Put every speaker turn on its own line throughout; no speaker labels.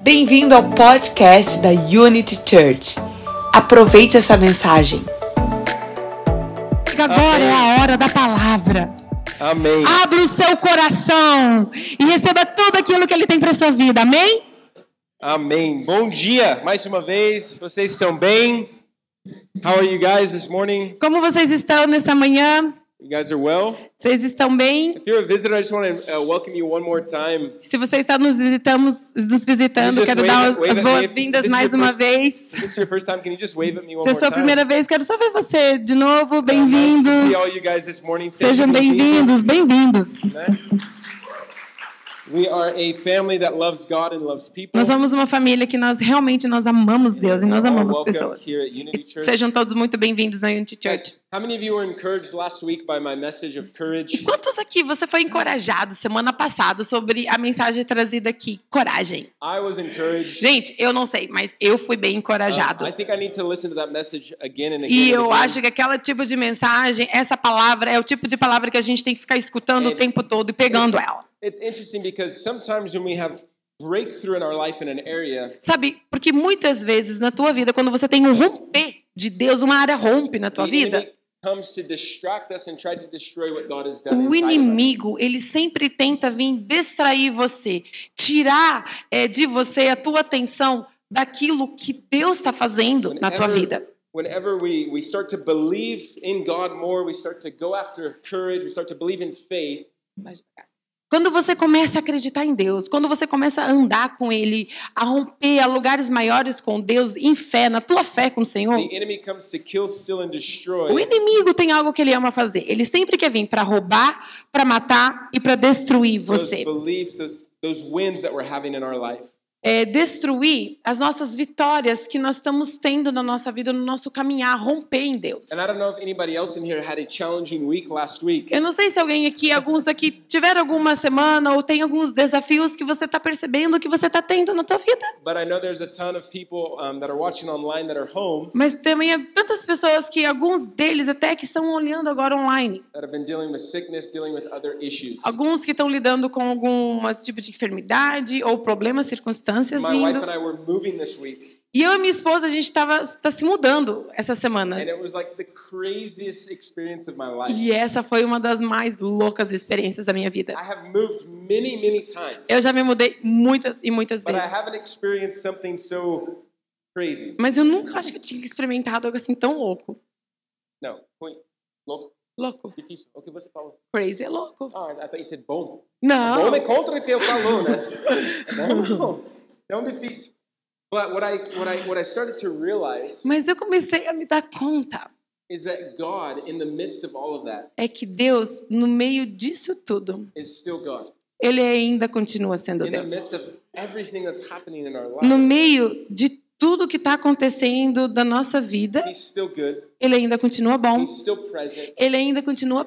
Bem-vindo ao podcast da Unity Church. Aproveite essa mensagem.
Agora é a hora da palavra.
Amém.
Abra o seu coração e receba tudo aquilo que ele tem para sua vida. Amém?
Amém. Bom dia mais uma vez. Vocês estão bem? How are you guys this morning?
Como vocês estão nessa manhã?
You guys are well?
Vocês estão bem?
If you're a visitor, I just want to uh, welcome you one more time.
Se você está nos visitamos, nos visitando,
Just
quero
wave-
dar
wave
as
at
boas-vindas
me.
mais
This is your
uma
first-
vez.
If this is your first time, can you just wave at me one
Se é
more
sua
time?
primeira vez, quero só ver você de novo.
Uh, nice
Bem-vindos.
to see all you guys this morning.
Sejam bem-vindos, bem-vindos.
Né? We are a family that loves God and loves people.
Nós somos uma família que nós realmente nós amamos Deus e nós
You are
amamos
welcome
pessoas.
Here at Unity Church.
Sejam todos muito bem-vindos na Unity Church.
How many of you were encouraged last week by my message of courage?
Quantos aqui você foi encorajado semana passada sobre a mensagem trazida aqui, coragem?
I was encouraged.
Gente, eu não sei, mas eu fui bem encorajado.
Um, I think I need to listen to that message again and again.
E
and
eu
again.
acho que aquele tipo de mensagem, essa palavra, é o tipo de palavra que a gente tem que ficar escutando o tempo todo e pegando ela.
It's interesting because sometimes when we have breakthrough in our life in an area,
Sabe? Porque muitas vezes na tua vida, quando você tem um romper de Deus, uma área rompe na tua
the enemy
vida,
comes to distract us and try to destroy what God has done.
o
inside of us.
Um inimigo, ele sempre tenta vir distrair você, tirar eh, de você a tua atenção daquilo que Deus está fazendo na
É.
tua vida.
Whenever we, we start to believe in God more, we start to go after courage, we start to believe in faith,
Mais devagar. Quando você começa a acreditar em Deus, quando você começa a andar com Ele, a romper a lugares maiores com Deus, em fé, na tua fé com o Senhor,
the enemy comes to kill, steal, and destroy.
o inimigo tem algo que ele ama fazer. Ele sempre quer vir para roubar, para matar e para destruir
those
você.
beliefs, those, those wins that we're having in our life.
É, destruir as nossas vitórias que nós estamos tendo na nossa vida, no nosso caminhar, romper em Deus.
And I don't know if anybody else in here had a challenging week last week.
Eu não sei se alguém aqui, alguns aqui, tiveram alguma semana ou tem alguns desafios que você está percebendo que você está tendo na tua vida.
But I know there's a ton of people um, that are watching online that are home
Mas também há tantas pessoas que alguns deles até que estão olhando agora online.
that have been dealing with sickness, dealing with other issues.
Alguns que estão lidando com algumas tipo de enfermidade ou problemas, circunstâncias
My wife
vindo.
and I were moving this week,
E eu e minha esposa, a gente estava tá se mudando essa semana.
and it was like the craziest experience of my life.
E essa foi uma das mais loucas experiências da minha vida.
I have moved many, many times,
Eu já me mudei muitas e muitas
but I
vezes.
haven't experienced something so crazy.
Mas eu nunca acho que eu tinha experimentado algo assim tão louco.
No, point. Loco,
Louco.
difícil. O que você falou?
Crazy é louco.
Ah, I thought you said bom.
Não.
Bom é contra o que eu falou, né? Não, não. Tão difícil. But what I, what, I, what I started to realize
Mas eu comecei a me dar conta.
is that God, in the midst of all of that,
É que Deus, no meio disso tudo,
is still God.
Ele ainda continua sendo
in the midst
Deus.
of everything that's happening in our
No
life,
meio de tudo que está acontecendo da nossa vida,
He's still good.
Ele ainda continua bom,
He's still present.
Ele ainda continua
He's still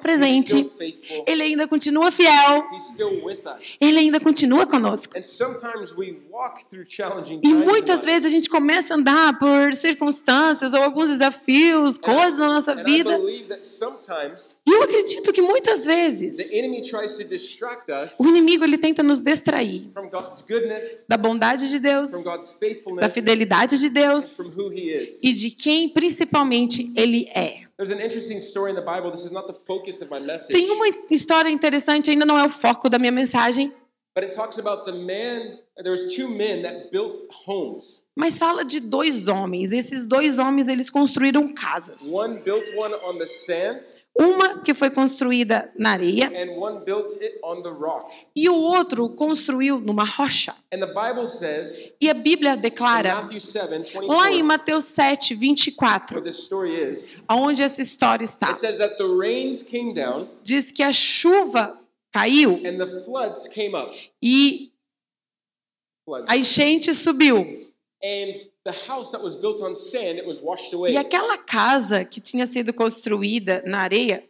presente,
faithful.
Ele ainda continua fiel,
He's still with us.
Ele ainda continua conosco.
And sometimes we walk through challenging
E
times. in
muitas
life.
vezes a gente começa a andar por circunstâncias ou alguns desafios, coisas na nossa
and I
vida.
believe that sometimes
E eu acredito que muitas
the
vezes
enemy tries to distract us
o inimigo ele tenta nos distrair
from God's goodness,
da bondade de Deus,
from God's
da
faithfulness,
fidelidade de Deus
from who He is.
e de quem principalmente Ele é.
There's an interesting story in the Bible. This is not the focus of my message,
Tem uma história interessante, ainda não é o foco da minha mensagem,
but it talks about the man. There was two men that built homes.
mas fala de dois homens. Esses dois homens, eles construíram casas.
One built one on the sand,
Uma que foi construída na areia
and one built it on the rock.
e o outro construiu numa rocha.
And the Bible says
E a Bíblia
in
declara,
Matthew 7, 24,
lá em Mateus 7,
where
24,
this story is,
onde essa história está,
it says that the rains came down
diz que a chuva caiu
and the floods came up.
e
Floods.
a enchente subiu.
and the house that was built on sand, it was washed away.
E aquela casa que tinha sido construída na areia,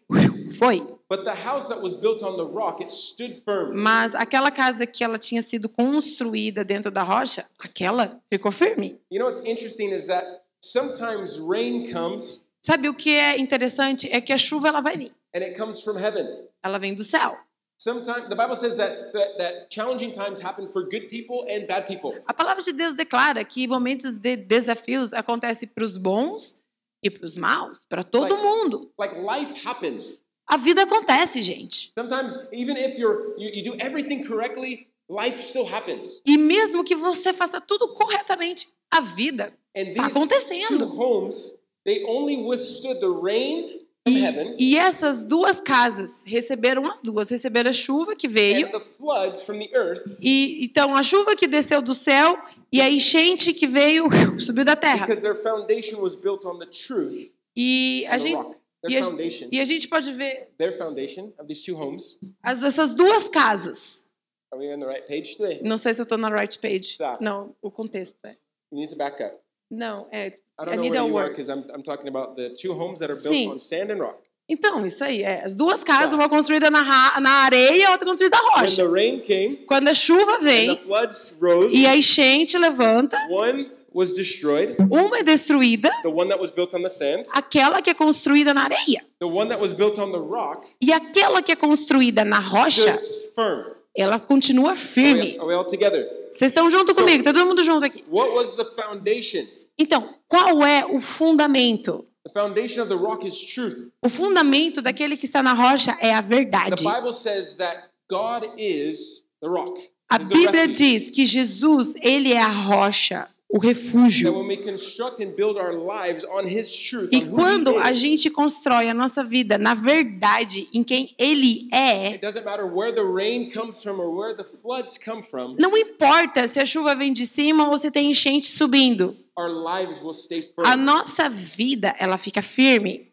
foi.
But the house that was built on the rock, it stood firm.
Mas aquela casa que ela tinha sido construída dentro da rocha, aquela ficou firme.
You know what's interesting is that sometimes rain comes
Sabe o que é interessante? É que a chuva ela vai vir.
and it comes from heaven.
Ela vem do céu.
Sometimes the Bible says that, that that challenging times happen for good people and bad people.
A palavra de Deus declara que momentos de desafios acontecem para os bons e para os maus, para todo
Vai.
mundo.
Like life happens.
A vida acontece, gente.
Sometimes even if you're you, you do everything correctly, life still happens.
E mesmo que você faça tudo corretamente, a vida
And
Tá
these two
acontecendo.
homes, they only withstood the rain from heaven
E, e essas duas casas receberam as duas, receberam a chuva que veio,
and the floods from the earth
e então a chuva que desceu do céu e a enchente que veio subiu da terra.
because their foundation was built on the truth,
E a
on the
gente
rock.
e a,
Their foundation,
e a gente pode ver
their foundation of these two homes.
as, essas duas casas.
Are we on the right page today?
Não sei se eu tô na right page.
Tá.
Não, o contexto é.
You need to back up.
Não, é
I
I
don't know
need
where
a
you are
work.
because I'm, I'm talking about the two homes that are built
Sim.
on sand and rock.
Então, isso aí, é. As duas casas,
Tá.
uma construída na, ra- na areia e a outra construída na
When
rocha.
the rain came
Quando a chuva
and the
vem
floods rose,
e a enchente levanta,
one was destroyed,
uma é destruída,
the one that was built on the sand,
aquela que é construída na areia.
the one that was built on the rock
E aquela que é construída na rocha,
stood firm.
ela continua
Are we,
firme.
are we all together?
Vocês estão junto comigo, tá todo mundo junto aqui.
What was the foundation?
Então, qual é o fundamento?
The foundation of the rock is truth.
O fundamento daquele que está na rocha é a
The
verdade.
Bible says that God is the rock.
A
He's the
Bíblia
refuge.
diz que Jesus, ele é a rocha, o
That
refúgio.
when we construct and build our lives on His truth,
E
on who
quando
he
a
is,
gente constrói a nossa vida na verdade, em quem ele é,
it doesn't matter where the rain comes from or where the floods come from,
não importa se a chuva vem de cima ou se tem enchente subindo.
our lives will stay firm.
A nossa vida, ela fica firme.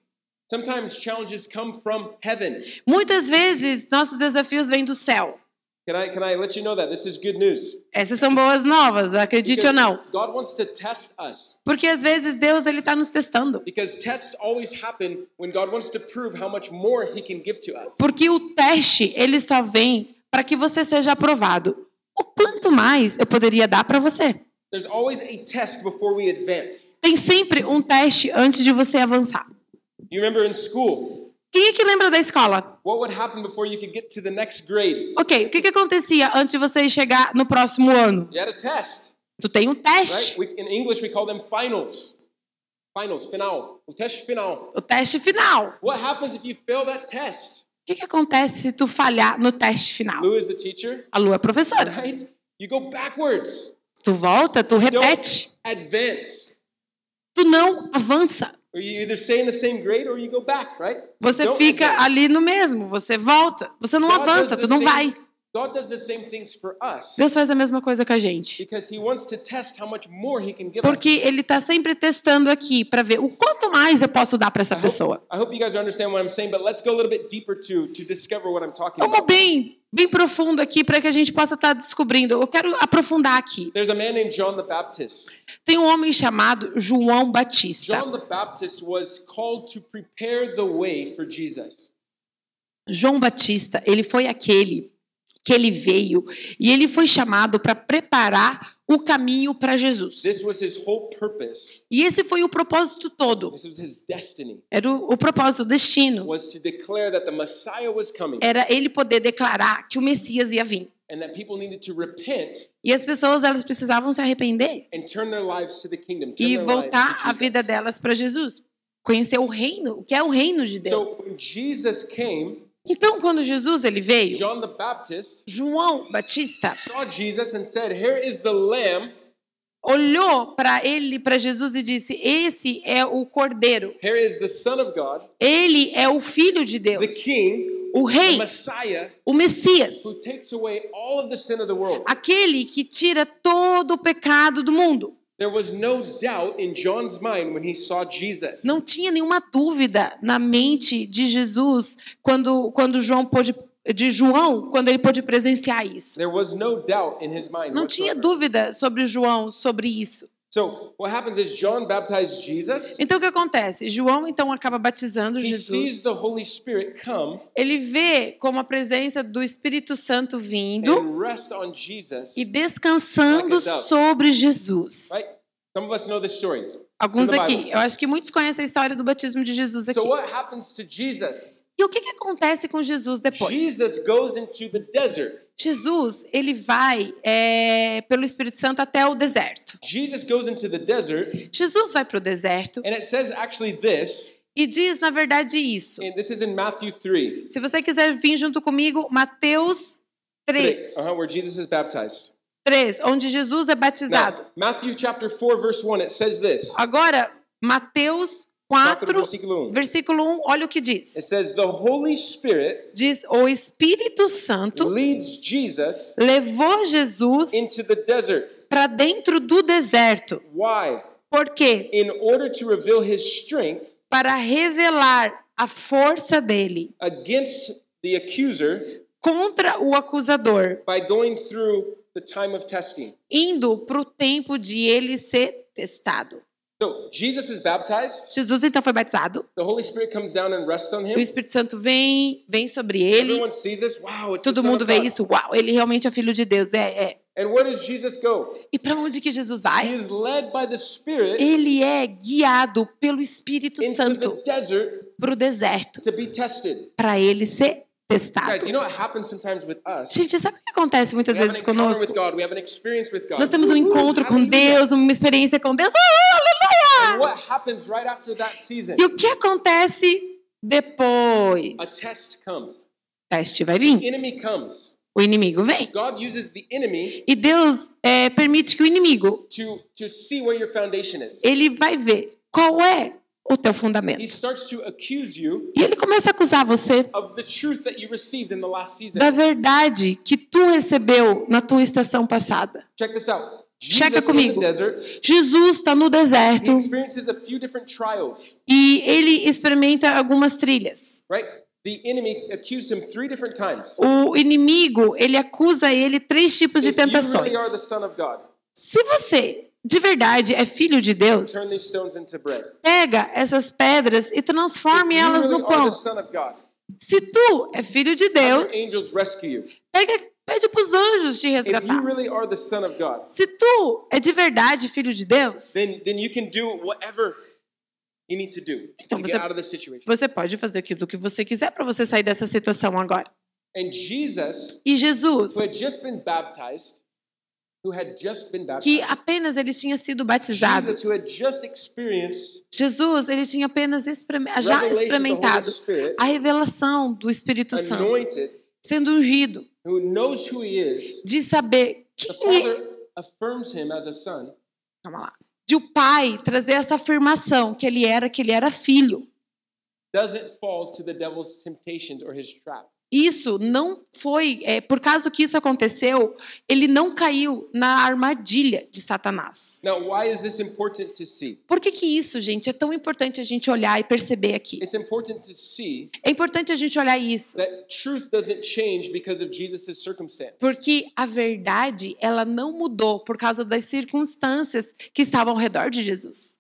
Sometimes challenges come from heaven.
Muitas vezes, nossos desafios vêm do céu.
Can I can I let you know that this is good news?
Essas são boas novas, acredite ou não.
God wants to test us
Porque às vezes Deus ele tá nos testando.
because tests always happen when God wants to prove how much more He can give to us.
Porque o teste, ele só vem para que você seja aprovado. O quanto mais eu poderia dar para você?
There's always a test before we advance.
Tem sempre um teste antes de você avançar.
You remember in school,
Quem é que lembra da escola?
what would happen before you could get to the next grade?
Ok, o que, que acontecia antes de você chegar no próximo ano?
You had a test,
Tu tem um
right?
teste,
We, in English, we call them finals. Finals, final. O teste final.
o teste final. O
What happens if you fail that test?
que, que acontece se tu falhar no teste final?
Lou is the teacher,
A Lu é professora.
right? You go backwards.
Tu volta, tu
You
repete,
Don't advance.
tu não avança.
Or you either stay in the same grade or you go back, right?
Você
Don't
fica
advance.
ali no mesmo, você volta, você não
God does
avança,
the
tu não
same-
vai.
God does the same things for us
Deus faz a mesma coisa com a gente.
because he wants to test how much more he can give us.
Porque ele tá sempre testando aqui para ver o quanto mais eu posso dar para essa pessoa.
I hope you guys understand what I'm saying, but let's go a little bit deeper to to discover what I'm talking
Vamos
about.
bem, bem profundo aqui para que a gente possa estar descobrindo. Eu quero aprofundar aqui.
There's a man named John the Baptist.
Tem um homem chamado João Batista.
John the Baptist was called to prepare the way for Jesus.
João Batista, ele foi aquele que ele veio e ele foi chamado para preparar o caminho para Jesus.
This was his whole purpose.
E esse foi o propósito todo.
This was his destiny.
Era o, o propósito, o destino.
Was to declare that the Messiah was coming
Era ele poder declarar que o Messias ia vir.
and that people needed to repent
E as pessoas elas precisavam se arrepender
and turn their lives to the kingdom. Turn
e
their lives to
voltar a
Jesus.
vida delas para Jesus, conhecer o reino, o que é o reino de
So
Deus.
when Jesus came,
Então, quando Jesus ele veio,
John the Baptist
João Batista
saw Jesus and said, "Here is the lamb,
olhou para ele, para Jesus e disse: "Esse é o cordeiro.
here is the son of God,
Ele é o filho de
the
Deus,
king,
o
the
rei,
Messiah
o Messias,
who takes away all of the sin of the world."
aquele que tira todo o pecado do mundo."
There was no doubt in John's mind when he saw Jesus.
Não tinha nenhuma dúvida na mente de Jesus quando quando João pôde de João, quando ele pôde presenciar isso.
There was no doubt in his mind.
Não tinha
whatsoever.
dúvida sobre João sobre isso.
So what happens is John baptized Jesus.
Então o que acontece? João então acaba batizando
He
Jesus.
sees the Holy Spirit come
Ele vê como a presença do Espírito Santo vindo
and rest on Jesus.
e descansando
Like a dove.
sobre Jesus.
Right? Some of us know this story.
Alguns
Tudo
aqui,
Bible.
eu acho que muitos conhecem a história do batismo de Jesus aqui.
So
O
what happens to Jesus?
E o que, que acontece com Jesus depois?
Jesus goes into the desert.
Jesus, ele vai é, pelo Espírito Santo até o deserto.
Jesus goes into the desert,
Jesus vai para o deserto
and it says actually this,
e diz, na verdade, isso.
and this is in Matthew 3,
Se você quiser vir junto comigo, Mateus 3,
uh-huh, where Jesus is baptized.
3 onde Jesus é
Now,
batizado.
Matthew chapter 4, verse 1, it says this.
Agora, Mateus
4,
4,
versículo 1.
versículo 1, olha o que
It
diz.
says, The Holy Spirit
Diz, o Espírito Santo
leads Jesus
levou Jesus
into the desert.
para dentro do deserto.
Why?
Por quê?
In order to reveal his strength
Para revelar a força dele
against the accuser
contra o acusador,
by going through the time of testing.
indo para o tempo de ele ser testado.
So Jesus is baptized.
Jesus então foi batizado,
The Holy Spirit comes down and rests on
o
him.
Espírito Santo vem, vem sobre ele,
Everyone sees this. Wow, it's the
todo
Son
mundo
of
vê
God.
isso, uau, ele realmente é filho de Deus, né? É.
And where does Jesus go?
E para onde que Jesus
He
vai?
is led by the Spirit
Ele é guiado pelo Espírito
into the
Santo
desert
para o deserto,
to be tested.
para ele ser
Guys,
testado.
you know what happens sometimes with us?
Gente, sabe o que acontece muitas
We have an
vezes
encounter
conosco?
with God. We have an experience with God.
Nós temos um
Woo-hoo,
encontro com
hallelujah.
Deus, uma experiência com Deus. Oh,
And
aleluia!
what happens right after that season?
E o que acontece depois?
A test comes.
O teste vai
The
vir,
enemy comes.
o inimigo vem.
God uses the enemy
E Deus é, permite que o inimigo
to to see where your foundation is.
ele vai ver qual é o teu fundamento.
He starts to accuse you
E ele começa a acusar você
of the truth that you received in the last season.
da verdade que tu recebeu na tua estação passada.
Check this out. Jesus
Checa
in
comigo.
the desert,
Jesus está no
he
deserto
experiences a few different trials,
e ele experimenta algumas trilhas.
right? The enemy accused him three different times.
O inimigo, ele acusa ele três tipos de
If you really
tentações.
are the son of God,
Se você de verdade é filho de Deus,
turn these stones into bread.
pega essas pedras e transforme
if you
elas
really
no
are
pão.
the son of God,
Se tu é filho de
have your
Deus,
angels rescue you.
pega, pede para os anjos te
If you
resgatar.
really are the son of God,
Se tu é de verdade filho de Deus,
then then you can do whatever you need to do to
Então
get
você-
out of the situation.
você pode fazer aquilo que você quiser para você sair dessa situação agora.
And Jesus,
E
who had
Jesus,
just been baptized, who had just been
que
baptized,
apenas ele tinha sido batizado,
Jesus, who had just experienced
Jesus, ele tinha apenas experime- já
revelation of the Holy
experimentado
Spirit,
a revelação do Espírito Santo,
anointed,
sendo ungido,
who knows who he is,
de saber
the
quem é,
Father affirms him as a son,
calma lá, de o pai trazer essa afirmação que ele era, que ele era filho.
doesn't fall to the devil's temptations or his trap.
Isso não foi, é, por causa que isso aconteceu, ele não caiu na armadilha de Satanás.
Now, why is this important to see?
Por que que isso, gente, é tão importante a gente olhar e perceber aqui?
It's important to see
É importante a gente olhar isso,
that truth doesn't change because of Jesus' circumstance.
porque a verdade, ela não mudou por causa das circunstâncias que estavam ao redor de Jesus.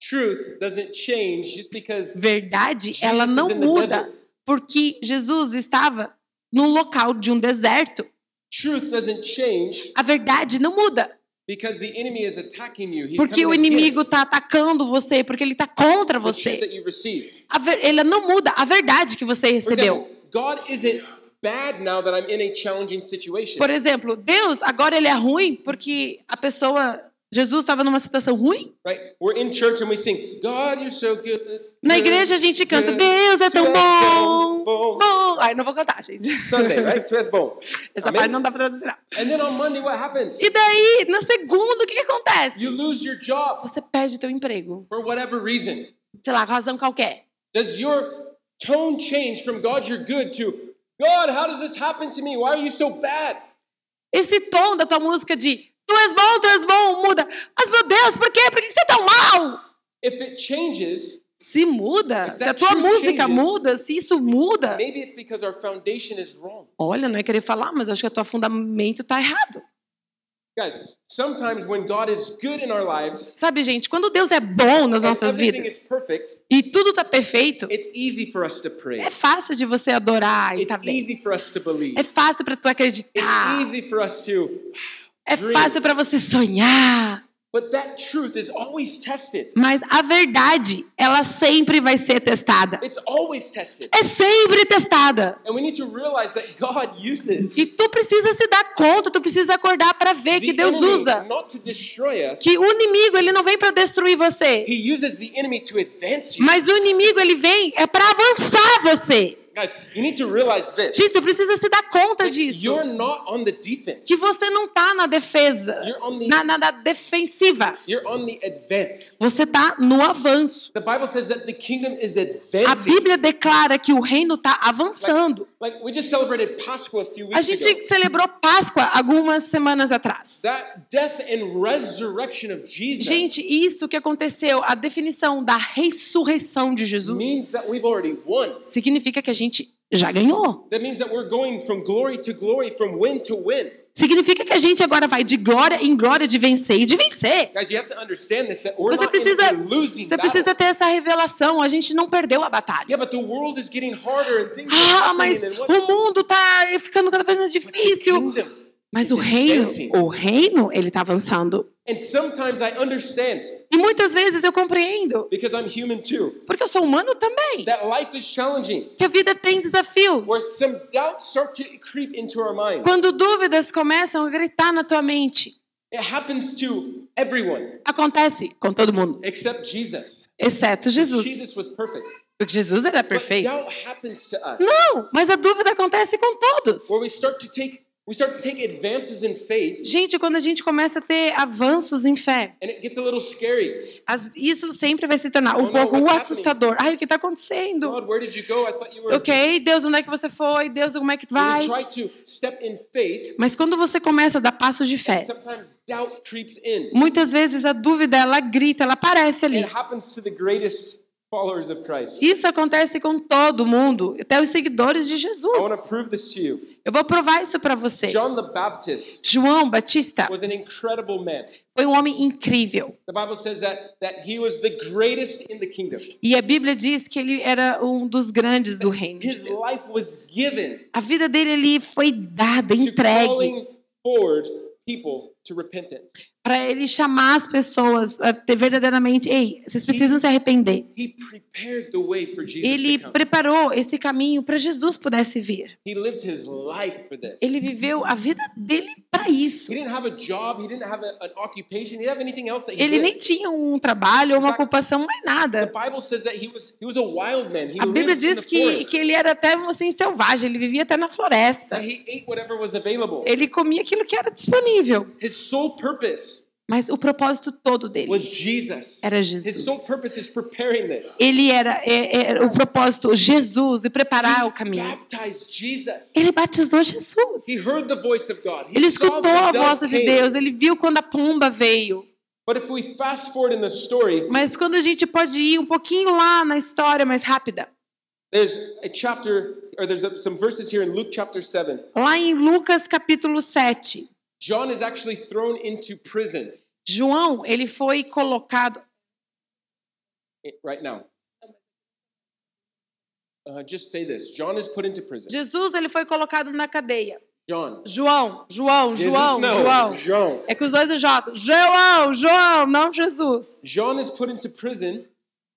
Truth doesn't change just because
Verdade,
Jesus
ela
is
não
in the
muda
desert.
porque Jesus estava num local de um deserto.
truth doesn't change
A verdade não muda
because the enemy is attacking you. He's
porque
coming
o inimigo
against
está atacando você, porque ele está contra
the truth
você.
that you received.
A ver- Ela não muda a verdade que você
For
recebeu.
example, God isn't bad now that I'm in a challenging situation.
Por exemplo, Deus agora ele é ruim porque a pessoa Jesus estava numa situação ruim.
Right? We're in church and we sing, God, you're so good.
Na igreja a gente canta,
good,
Deus é tão
tu és
bom,
bom."
bom. Ai, não vou cantar, gente.
Sunday, right? Tu és bom.
Essa
Amém?
parte não dá pra traduzir. não.
And then on Monday, what happens?
E daí, na segunda, o que, que acontece?
You lose your job
Você perde o teu emprego.
for whatever reason.
Sei lá, razão qualquer.
Does your tone change from God, you're good to God, how does this happen to me? Why are you so bad?
Esse tom da tua música de tu és bom, tu és bom, muda. Mas meu Deus, por quê? Por que que você é tão mal?
If it changes,
Se muda,
If
se a
that
tua
truth
música
changes-
muda, se isso muda.
maybe it's because our foundation is wrong.
Olha, não é querer falar, mas acho que o teu fundamento tá errado.
Guys, sometimes when God is good in our lives,
Sabe, gente, quando Deus é bom nas
and
nossas
everything is
vidas
perfect,
e tudo tá perfeito,
it's easy for us to
é
praise.
fácil de você adorar e
It's
tá bem.
easy for us to believe.
É fácil pra tu
It's
acreditar.
easy for us to
É fácil pra você sonhar.
But that truth is always tested.
Mas a verdade, ela sempre vai ser testada.
It's always tested.
É sempre testada.
And we need to realize that God uses
E tu precisa se dar conta, tu precisa acordar para ver que
the
Deus
enemy
usa.
not to destroy us.
Que o inimigo, ele não vem para destruir você.
He uses the enemy to advance you.
Mas o inimigo, ele vem é para avançar você.
Guys, you need to realize this.
Gente, tu precisa se dar conta disso.
You're not on the defense.
Que você não tá na defesa,
You're on the-
na, na- na defensiva.
You're on the advance.
Você tá no avanço.
The Bible says that the kingdom is
A
advancing.
Bíblia declara que o reino tá avançando.
Like we just celebrated Pascha a few
A
weeks ago.
gente celebrou Páscoa algumas semanas atrás.
That death and resurrection of Jesus
Gente, isso que aconteceu, a definição da ressurreição de Jesus,
means that we've already won.
significa que a gente já ganhou.
That means that we're going from glory to glory, from win to win.
Significa que a gente agora vai de glória em glória, de vencer e de vencer.
Guys, you have to understand this that we're
Você
not
precisa,
in a losing
você
battle.
precisa ter essa revelação. A gente não perdeu a batalha.
Yeah, but the world is getting harder and things are
Ah,
happening
mas
and
o
what's
mundo tá ficando cada vez mais
the
difícil.
kingdom?
Mas o reino, o reino, ele tá avançando.
And sometimes I understand
E muitas vezes eu compreendo,
because I'm human too.
porque eu sou humano também,
That life is challenging.
que a vida tem desafios.
Where some doubts start to creep into our mind.
Quando dúvidas começam a gritar na tua mente,
It happens to everyone
acontece com todo mundo,
except Jesus.
exceto Jesus.
Jesus was perfect.
Porque Jesus era
But
perfeito.
doubt happens to us.
Não, mas a dúvida acontece com todos.
Where we start to take we start to take advances in faith
Gente, quando a gente começa a ter avanços em fé,
and it gets a little scary.
as- isso sempre vai se tornar um
Oh, não, what's
pouco
happening?
assustador. Ai, o que está acontecendo?
God, where did you go? I thought you were
Ok, Deus, onde é que você foi? Deus, como é que tu
And
vai?
we try to step in faith.
Mas quando você começa a dar passos de fé,
Sometimes doubt creeps in.
muitas vezes a dúvida, ela grita, ela aparece ali.
It happens to the greatest followers of Christ.
Isso acontece com todo mundo, até os seguidores de
I
Jesus.
want to prove this to you.
Eu vou provar isso para você.
John the Baptist
João Batista
was an incredible man.
foi um homem incrível.
The Bible says that that he was the greatest in the kingdom.
E a Bíblia diz que ele era um dos grandes do reino. de
His
Deus.
life was given
A vida dele ele foi dada,
to
entregue,
calling forward people to repentance.
para ele chamar as pessoas a ter verdadeiramente, ei, vocês precisam se arrepender.
He prepared the way for Jesus
Ele
to come.
preparou esse caminho para Jesus pudesse vir.
He lived his life for this.
Ele viveu a vida dele para isso.
He didn't have a job. He didn't have a- an occupation. He didn't have anything else that he
Ele
did.
nem tinha um trabalho ou uma ocupação, mais nada.
The Bible says that he was he was a wild man. He
A Bíblia
lived in
diz
the
que,
forest.
que ele era até assim, selvagem, ele vivia até na floresta.
That he ate whatever was available.
Ele comia aquilo que era disponível.
His sole purpose
Mas o propósito todo dele
was Jesus.
era
His sole
Jesus.
purpose is preparing this.
Ele era, é- era o propósito Jesus e preparar o caminho.
Baptized Jesus.
Ele batizou Jesus.
He heard the voice of God. He
Ele
saw
escutou
the
a
dove
voz de
came.
Deus. Ele viu quando a pomba veio.
But if we fast forward in the story,
Mas quando a gente pode ir um pouquinho lá na história mais rápida,
there's a chapter, or there's a, some verses here in Luke chapter 7.
lá em Lucas capítulo 7,
John is actually thrown into prison
João ele foi colocado.
i- eh, right now. Uh, just say this John is put into prison.
Jesus ele foi colocado na cadeia.
John.
João, João,
Jesus,
João,
no.
João.
João.
É que os dois é J. João, João, não Jesus.
John is put into prison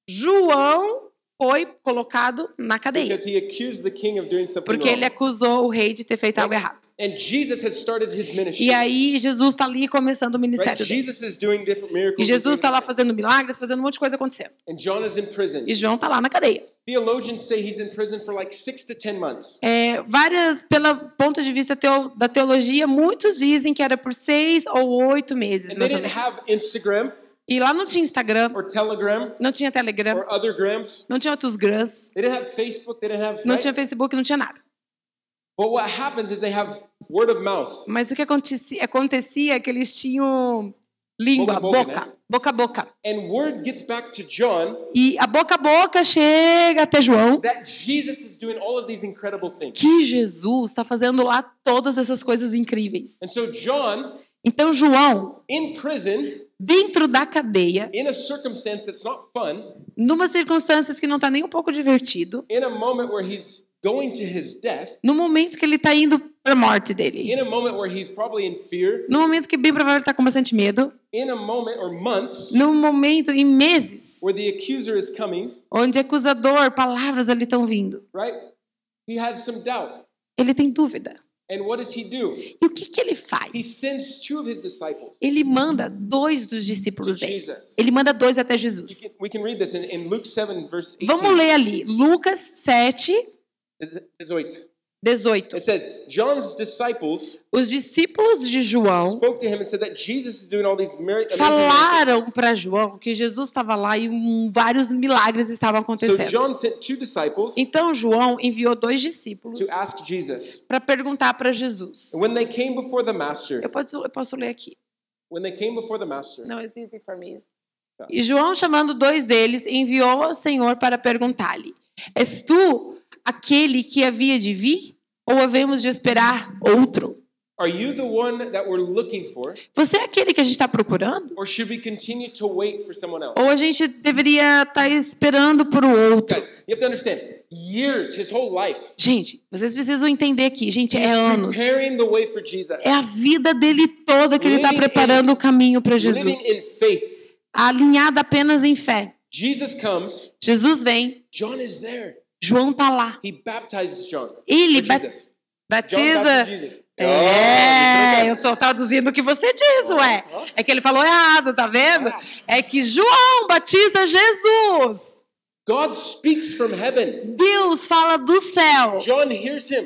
João foi colocado na cadeia.
because he accused the king of doing something
Porque ele
wrong.
acusou o rei de ter feito algo errado.
And Jesus has started his ministry.
E aí Jesus está ali começando o
Right?
ministério dele.
Jesus is doing different miracles.
E Jesus
and
está lá
doing-
fazendo milagres, fazendo um monte de coisa acontecendo.
And John is in prison.
E João está lá na cadeia.
Theologians say he's in prison for like six to ten months.
É, várias, pelo ponto de vista teo- da teologia, muitos dizem que era por seis ou oito meses,
And they
mais ou
didn't have
menos.
Instagram
E lá não tinha Instagram,
or Telegram
não tinha Telegram,
or other grams.
não tinha outros grãs,
They didn't have Facebook. They didn't have.
não
right?
tinha Facebook, não tinha nada.
But what happens is they have word of mouth.
Mas o que acontecia, acontecia é que eles tinham língua,
Boca
boca,
a boca, né?
boca a boca.
And word gets back to John
E a boca a boca chega até João
that Jesus is doing all of these incredible things.
que Jesus está fazendo lá todas essas coisas incríveis.
And so John,
Então João,
in prison,
dentro da cadeia,
in a circumstance that's not fun,
numas circunstâncias que não está nem um pouco divertido,
in a moment where he's going to his death,
no momento que ele está indo para a morte dele,
in a moment where he's probably in fear,
no momento que bem provável ele está tá com bastante medo,
in a moment or months
num momento em meses,
where the accuser is coming,
onde acusador, palavras ali estão vindo.
right? He has some doubt.
Ele tem dúvida.
And what does he do?
E o que, que ele
He
faz?
sends two of his disciples.
Ele manda dois dos discípulos
To
dele.
Jesus.
Ele manda dois até
We
Jesus.
can, we can read this in, in Luke 7, verse 18.
Vamos ler ali, Lucas 7,
Dezoito.
18.
It says, John's disciples
Os discípulos de João
spoke to him and said that Jesus is doing all these mir- amazing miracles.
falaram para João que Jesus estava lá e um- vários milagres estavam
So
acontecendo.
John sent two disciples
Então João enviou dois discípulos
to ask Jesus.
para perguntar para Jesus.
And when they came before the master,
Eu posso, eu posso ler aqui.
when they came before the master,
Não existe para mim isso.
Tá.
E João, chamando dois deles, enviou ao Senhor para perguntar-lhe: És tu aquele que havia de vir? Ou havemos de esperar outro?
are you the one that we're looking for?
Você é aquele que a gente está procurando?
Or should we continue to wait for someone else?
Ou a gente deveria estar esperando por outro?
Guys, you have to understand, years, his whole life,
Gente, vocês precisam entender aqui, gente, é anos.
preparing the way for Jesus,
É a vida dele toda que ele está
Living in-
preparando o caminho para
living in
Jesus.
faith.
Alinhada apenas em fé.
Jesus comes,
Jesus vem,
John is there.
João tá lá.
He baptizes John.
Ele
Or
bat- Eh.
Jesus. John baptized
Batiza.
Jesus. Oh,
É,
you
eu
took
tô traduzindo o que você diz, ué.
Ó.
É que ele falou errado, tá vendo?
Ah.
É que João batiza Jesus.
that. God speaks from heaven.
Deus fala do céu.
John hears him.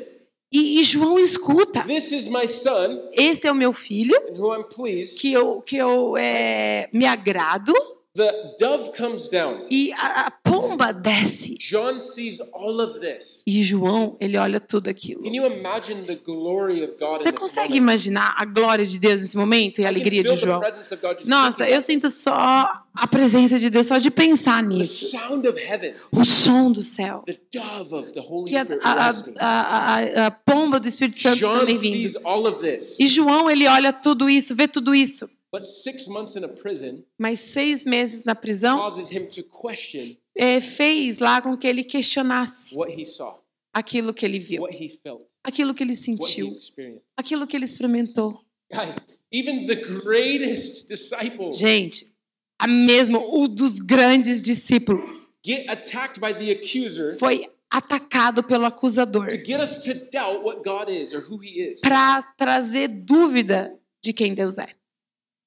E, e João escuta.
This is my son,
Esse é o meu filho,
in whom I'm pleased.
que eu, que eu é, me agrado.
The dove comes down.
E a, a pomba desce.
John sees all of this.
E João, ele olha tudo aquilo.
Can you imagine the glory of God
Você
in this
consegue
moment?
imaginar a glória de Deus nesse momento e a
I can
alegria de
feel the
João?
presence of God just
Nossa,
speaking.
eu sinto só a presença de Deus, só de pensar
the
nisso.
sound of heaven,
O som do céu.
the dove of the Holy
Que a,
Spirit
a,
resting.
a, a, a pomba do Espírito Santo
John
também
sees
vindo.
all of this.
E João, ele olha tudo isso, vê tudo isso.
But six months in a prison
Mas seis meses na prisão
causes him to question
eh, fez lá com que ele questionasse
what he saw,
aquilo que ele viu,
what he felt,
aquilo que ele
what he
sentiu,
experienced.
aquilo que ele experimentou.
Guys, even the greatest disciples
Gente, a mesmo um dos grandes discípulos
get attacked by the accuser
foi atacado pelo acusador
to get us to doubt what God is or who he is.
para trazer dúvida de quem Deus é.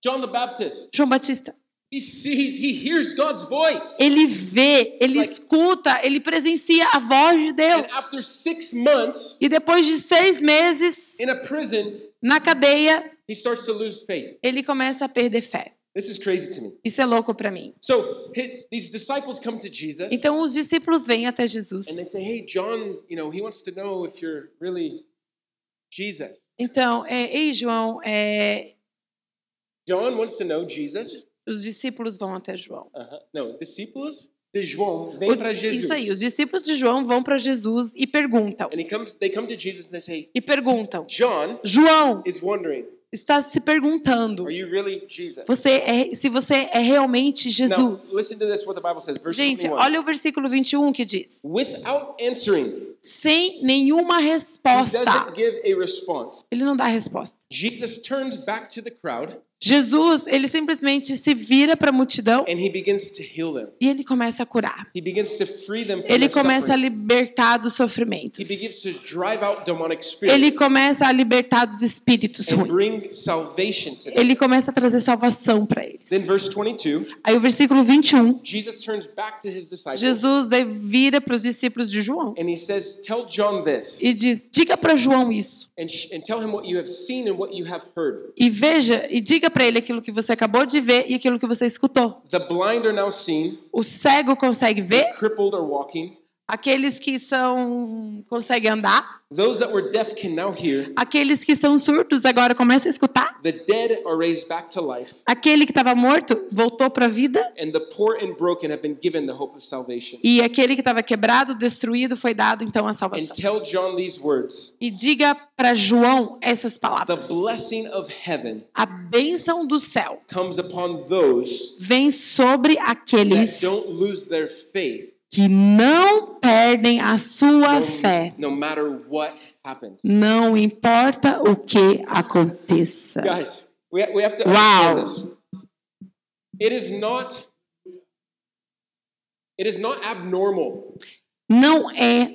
John the Baptist,
João Batista,
he sees, he hears God's voice.
ele vê, ele
Like-
escuta, ele presencia a voz de
And
Deus.
after six months
E depois de seis meses
in a prison,
na cadeia,
he starts to lose faith.
ele começa a perder fé.
This is crazy to me.
Isso é louco para mim.
So his, these disciples come to Jesus
Então os discípulos vêm até
and they
Jesus.
say, Hey, John, you know, he wants to know if you're really Jesus.
Então, é, ei João, é,
John wants to know Jesus.
os discípulos vão até João.
Uh-huh. Não, discípulos de João vem para
O,
Jesus.
isso aí, os discípulos de João vão para Jesus e perguntam.
And he comes, they come to Jesus and they say,
E perguntam.
John
João
is wondering,
está se perguntando
are you really Jesus?
você é, se você é realmente
Now,
Jesus.
listen to this what the Bible says, verse
Gente,
21.
olha o versículo 21 que diz:
Without answering,
sem nenhuma
he
resposta.
doesn't give a response.
Ele não dá resposta.
Jesus turns back to the crowd
Jesus, ele simplesmente se vira para a multidão
and he begins to heal them.
e ele começa a curar.
He begins to free them from
Ele
their
começa a
suffering.
libertar dos sofrimentos.
He begins to drive out demonic
Ele
spirits
começa a libertar dos espíritos
and
ruins.
bring salvation to them.
Ele começa a trazer salvação para eles.
Then verse 22,
Aí o versículo 21,
Jesus turns back to his disciples.
Jesus daí vira para os discípulos de João
And he says, Tell John this,
e diz: "Diga para João isso
and, sh- and tell him what you have seen and what you have heard.
e veja e diga para ele aquilo que você acabou de ver e aquilo que você escutou.
The blind are now seeing,
O cego consegue
the
ver,
crippled are walking,
aqueles que são conseguem andar,
those that were deaf can now hear,
aqueles que são surdos agora começam a escutar,
the dead are raised back to life,
aquele que estava morto voltou para a vida
and the poor and broken have been given the hope of salvation.
e aquele que estava quebrado, destruído foi dado então a
And
salvação.
tell John these words
E diga para João essas
The
palavras:
blessing of heaven
A bênção do céu
comes upon those
vem sobre
that
aqueles
don't lose their faith
que não perdem a sua
no,
fé,
no matter what happens.
não importa o que aconteça.
Guys, we, we have to
Wow.
understand this. it is not it is not abnormal
Não é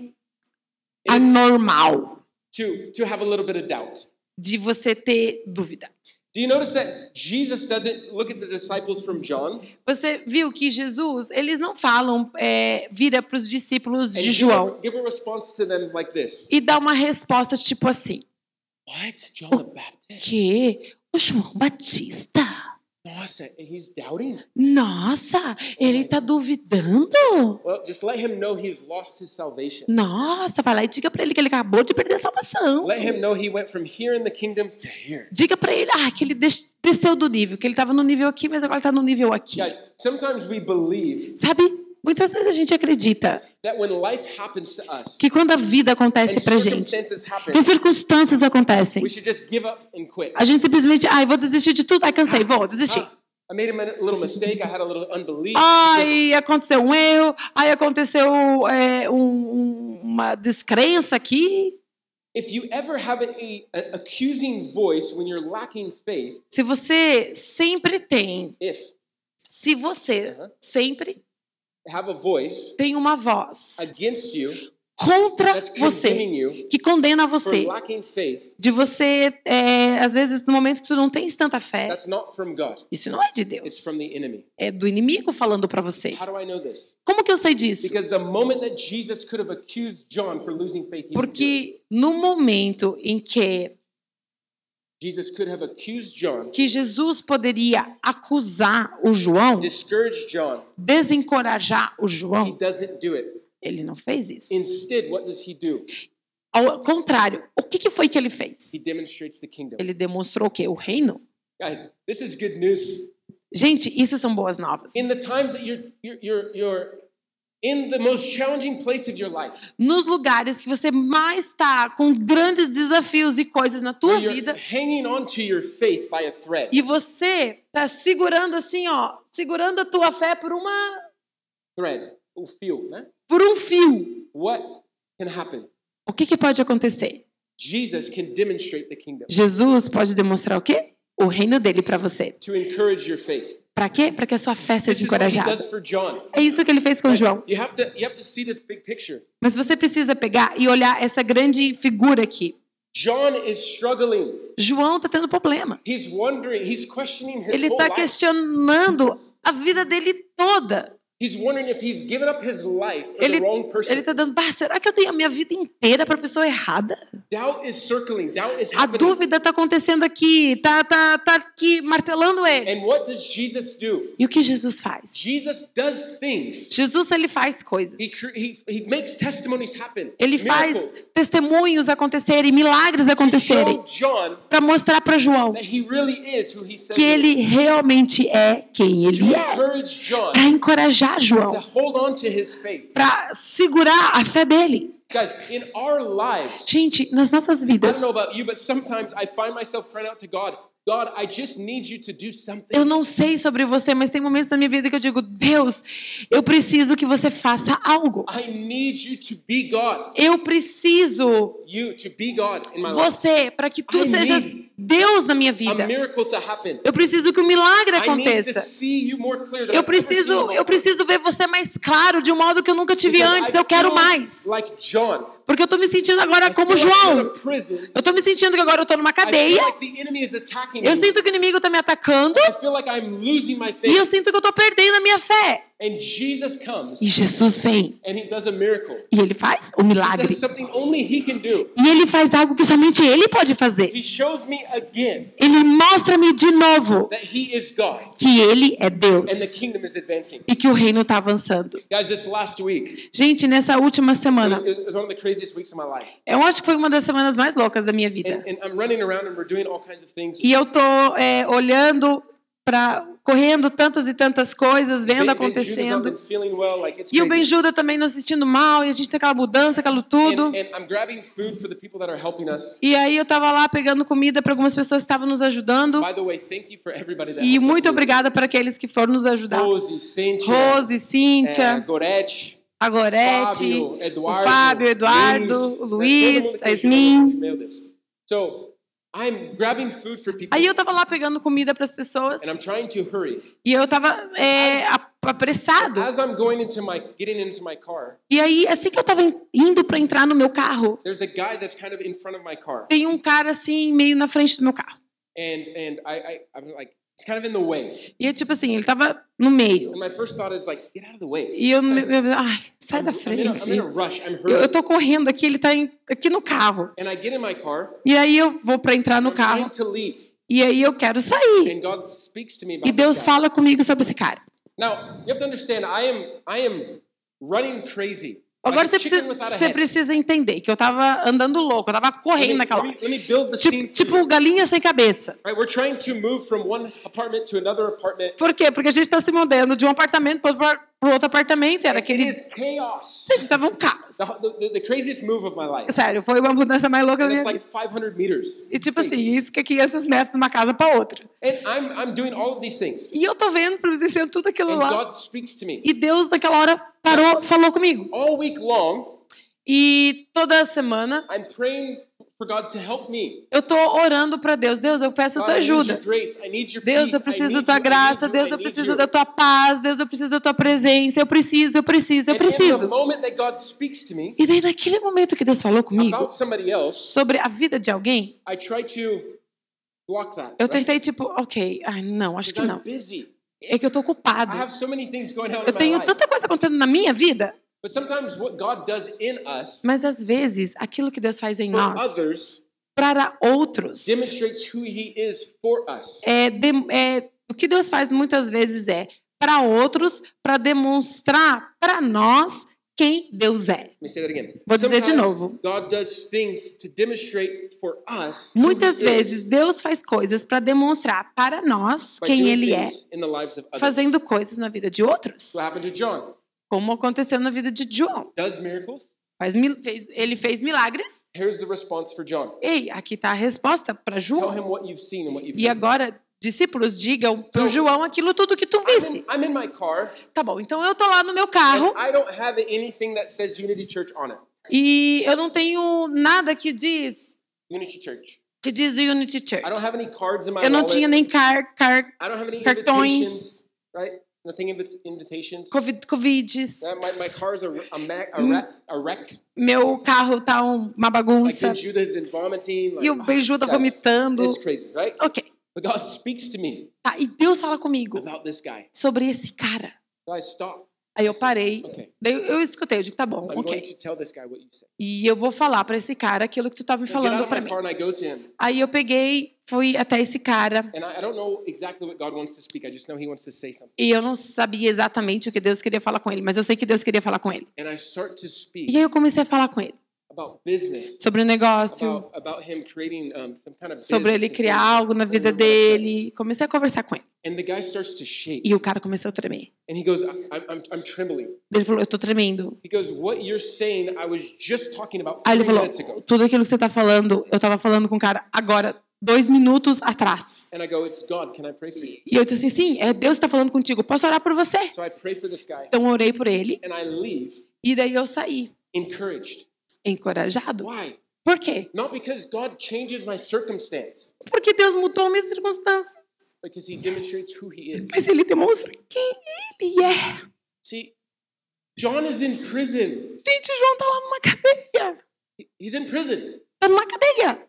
anormal
to to have a little bit of doubt.
de você ter dúvida.
Do you notice that Jesus doesn't look at the disciples from John
Você viu que Jesus, eles não falam, é, vira para os discípulos
and
de
give a-
João
give a response to them like this?
e dá uma resposta tipo assim:
What? John the Baptist?
que o João Batista,
Nossa, and he's doubting.
nossa, ele tá duvidando?
Well, just let him know he's lost his salvation.
Nossa, vai lá e diga para ele que ele acabou de perder a salvação.
Let him know he went from here in the kingdom to here.
Diga para ele ah, que ele des- desceu do nível, que ele estava no nível aqui, mas agora está no nível aqui.
Guys, sometimes we believe
Sabe? Muitas vezes a gente acredita
that when life happens to us
que quando a vida
and
acontece pra gente,
circumstances happen,
que circunstâncias acontecem,
we should just give up and quit.
a gente simplesmente, ai, vou desistir de tudo, ai, cansei, vou desistir.
Ah, I made a min- little mistake. I had a little unbelief.
Ai, aconteceu um erro, ai, aconteceu é, um- um- uma descrença aqui.
If you ever have an, a, an accusing voice when you're lacking faith,
Se você sempre tem,
if
se você
Aham.
sempre
have a voice
tem uma voz
against you
contra
that's condemning
você,
you
que condena
for
você,
lacking faith,
de você, é, às vezes, no momento que tu não tens tanta fé,
that's not from God.
isso não é de
It's
Deus.
from the enemy.
É do inimigo falando pra você.
How do I know this?
Como que eu sei disso?
Because the moment that Jesus could have accused John for losing faith, he didn't do it.
Porque no momento em que,
Jesus could have accused John,
que Jesus poderia acusar o João,
discouraged John.
desencorajar o
He
João,
doesn't do it.
ele não fez isso.
Instead, what does he do?
Ao contrário, o que, que foi que ele fez?
He demonstrates the kingdom.
Ele demonstrou o quê? O reino?
Guys, this is good news.
Gente, isso são boas novas.
In the times that you're you're you're, you're in the most challenging place of your life,
Nos lugares que você mais está com grandes desafios e coisas na tua
where you're
vida,
hanging on to your faith by a thread,
e você tá segurando assim, ó, segurando a tua fé por uma
thread, o fio, né?
por um fio.
What can happen?
O que que pode acontecer?
Jesus can demonstrate the kingdom
Jesus pode demonstrar o quê? O reino dele para você.
to encourage your faith.
Para quê? Para que a sua fé
This
seja
is what he does
encorajada.
for John.
É isso que ele fez com João.
You have to you have to see this big picture.
Mas você precisa pegar e olhar essa grande figura aqui.
John is struggling.
João tá tendo problema.
He's wondering. He's questioning his
Ele
whole
tá
life.
questionando a vida dele toda.
He's wondering if he's given up his life for
Ele,
the wrong person.
ele tá dando, "Bah, será que eu dei a minha vida inteira pra pessoa errada?
Doubt is circling. Doubt is
A
happening.
dúvida tá acontecendo aqui, tá, tá, tá aqui martelando ele.
And what does Jesus do?
E o que Jesus faz?
Jesus does things.
Jesus ele faz coisas.
He cre- he, he makes testimonies happen.
Ele
Miracles.
faz testemunhos acontecerem, milagres
To
acontecerem,
show John
Pra mostrar pra João
that he really is who he says.
que ele realmente é quem
he is.
ele
to
é.
encourage John
Pra encorajar
to
João,
hold on to his faith.
Pra segurar a fé dele.
Guys, in our lives,
Gente, nas nossas
I
vidas,
don't know about you, but sometimes I find myself crying out to God, God, I just need you to do something.
eu não sei sobre você, mas tem momentos na minha vida que eu digo: Deus, eu preciso que você faça algo.
I need you to be God.
Eu preciso
You to be God in my life.
você para que tu
I
sejas
need
Deus na minha
A
vida.
miracle to happen.
Eu preciso que o milagre
I need to
aconteça.
see you more clear than
Eu
I've ever seen you
preciso, eu
before.
preciso ver você mais claro, de um modo que eu nunca te vi
Because
antes.
I
Eu quero
feel
mais.
Like John.
Porque eu tô me sentindo agora como
I feel like I'm in
João.
a prison.
Eu tô me sentindo que agora eu tô numa
I feel
cadeia.
like the enemy is attacking
Eu
me.
sinto que o inimigo tá me atacando.
I feel like I'm losing my
E eu
faith.
sinto que eu tô perdendo a minha fé.
And Jesus
E
comes
Jesus vem.
and he does a miracle.
E ele faz o milagre.
That's something only he can do.
E ele faz algo que somente ele pode fazer.
He shows me again
Ele mostra-me de novo
that he is God
que ele é
and the
Deus.
kingdom is advancing.
E que o reino tá avançando.
Guys, this last week
Gente, nessa última
it was,
semana,
it was one of the craziest weeks of my life.
eu acho que foi uma das semanas mais loucas da minha vida.
And, and I'm running around and we're doing all kinds of things.
E eu tô é, olhando para correndo tantas e tantas coisas,
Ben-
vendo
Ben Judas out
acontecendo.
and feeling well, like it's
E o
crazy.
Benjuda também não se sentindo mal, e a gente tem aquela mudança, aquilo tudo.
and, and I'm grabbing food for the people that are helping us.
E aí eu tava lá pegando comida para algumas pessoas que estavam nos ajudando.
By the way, thank you for everybody that
E
helped us
muito
move.
obrigada para aqueles que foram nos ajudar.
Rose, Cynthia, eh,
Rose, Cíntia,
Gorete,
a Gorete,
É, Fábio,
o
Eduardo,
Fábio, Eduardo, o
Luiz, né? Todo mundo
Luiz,
que
a
ajudou a
Yasmin.
gente, Meu Deus. So, I'm grabbing food for people
Aí eu tava lá pegando comida para as pessoas
and I'm trying to hurry.
e eu tava
Ah,
é, a- apressado.
As I'm going into my getting into my car,
E aí, assim que eu tava in- indo para entrar no meu carro,
there's a guy that's kind of in front of my car,
tem um cara assim meio na frente do meu carro.
and and I, I I'm like it's kind of in the way.
E é tipo assim, ele tava no meio.
And my first thought is like get out of the way.
E eu, me- me- ai, sai
I'm,
da
I'm in a, I'm
frente.
in a rush. I'm
Eu, eu
hurrying,
tô correndo aqui, ele tá em- aqui no carro.
and I get in my car.
E aí eu vou para entrar no
I'm trying
carro
to leave,
e aí eu quero sair.
and God speaks to
E
me about
Deus
this guy.
fala comigo sobre esse cara.
Now you have to understand, I am I am running crazy.
Agora
Like
você
a chicken
precisa,
without a
você
head.
precisa entender que eu tava andando louco, eu tava
Let me-
correndo naquela
let me-
hora.
let me build the scene
Tipo,
for you.
tipo galinha sem cabeça.
Right, we're trying to move from one apartment to another apartment.
Por quê? Porque a gente tá se mudando de um apartamento para outro apartamento. Era
It
aquele.
is chaos.
Gente, tava um caos.
The, the, the craziest move of my life.
Sério, foi uma mudança mais louca da
And
minha
it's
vida.
like 500 meters.
E tipo assim, isso que é 500 metros de uma casa para outra.
And I'm, I'm doing all of these things.
E eu tô vendo, presenciando tudo aquilo
And
lá.
God speaks to me.
E Deus, naquela hora, parou, falou comigo.
All week long,
E toda semana
I'm praying for God to help me.
eu tô orando para Deus. Deus, eu peço a
God,
tua
I need your
ajuda.
grace. I need your
Deus,
peace.
eu
I
preciso da
need
tua
you. I
graça.
need you.
Deus, eu
I need
preciso
you.
da tua paz. Deus, eu preciso da tua presença. Eu preciso, eu preciso, eu
And in the
preciso.
moment that God speaks to me
E daí, naquele momento que Deus falou comigo
about somebody else,
sobre a vida de alguém,
I try to block that.
eu
right?
tentei, tipo, ok, ai, não, acho que
Because I'm
não.
busy.
É que eu tô ocupado.
I have so many things going on
Eu
in my
tenho
life.
tanta coisa acontecendo na minha vida,
But sometimes what God does in us
mas às vezes aquilo que Deus faz em
for
nós
others
para outros
demonstrates who He is for us.
é, dem- é, o que Deus faz muitas vezes é para outros para demonstrar para nós quem Deus é.
Let me say that again.
Vou dizer de
Sometimes
novo.
God does things to demonstrate for us who
Muitas
He is
vezes Deus faz coisas para demonstrar para nós
by
quem
doing
Ele é,
things in the lives of others.
fazendo coisas na vida de outros,
What happened to John?
como aconteceu na vida de João.
Does miracles?
Faz mil- fez- ele fez milagres.
Here's the response for John.
Ei, aqui está a resposta para
Tell
João.
him what you've seen and what you've
E
heard.
agora, discípulos, digam pro
Então-
João aquilo tudo que tu
I'm in,
visse.
I'm in my car
Tá bom, então eu tô lá no meu
and
carro
I don't have anything that says Unity Church on it.
e eu não tenho nada que diz
Unity Church.
que diz Unity
I don't
Church.
have any cards in my
Eu não
wallet.
tinha nem car, car
I don't have any
cartões.
invitations. Right? Nothing invit invitations.
COVID, covides.
Uh, My, my car's a, a, ma- a, wreck, a wreck.
Meu carro tá um- uma
Like
bagunça.
Ben Judah has been vomiting. Like,
E o Ben Judah
guys,
vomitando.
It's crazy, right?
OK.
But God speaks to me
Tá, e Deus fala comigo
about this guy.
sobre esse cara.
Guys, stop.
Aí eu parei,
Ok.
daí eu eu escutei, eu digo, tá bom,
I'm going
ok.
to tell this guy what you said.
E eu vou falar pra esse cara aquilo que tu tava me
I get out
falando
of
pra
my
mim.
car and I go to him.
Aí eu peguei, fui até esse cara,
And I, I don't know exactly what God wants to speak. I just know he wants to say something.
E eu não sabia exatamente o que Deus queria falar com ele, mas eu sei que Deus queria falar com ele.
And I start to speak
E aí eu comecei a falar com ele
about business,
sobre o negócio,
about, about him creating um, some kind of
sobre ele
business
criar
and
algo na
things. I
vida
don't know what I said.
dele. Comecei a conversar com ele.
And the guy starts to shake.
E o cara começou a tremer.
And he goes, I- I'm, I'm, I'm trembling.
Ele falou: Eu tô tremendo.
He goes, What you're saying, I was just talking about
Aí
40
ele
minutes ago.
falou: Tudo aquilo que você tá falando, eu tava falando com o cara agora, dois minutos atrás.
And I go, It's God. Can I pray for you?
E eu disse assim: Sim, é Deus que tá falando contigo, posso orar por você.
So I pray for this guy.
Então eu orei por ele
And I leave
e daí eu saí,
encouraged.
encorajado.
Why?
Por quê?
Not because God changes my circumstance,
Porque Deus mudou minhas circunstâncias,
because He demonstrates who He is.
mas ele demonstra quem ele é.
See, John is in prison.
Gente, o João tá lá numa cadeia.
He- He's in prison.
Tá numa cadeia.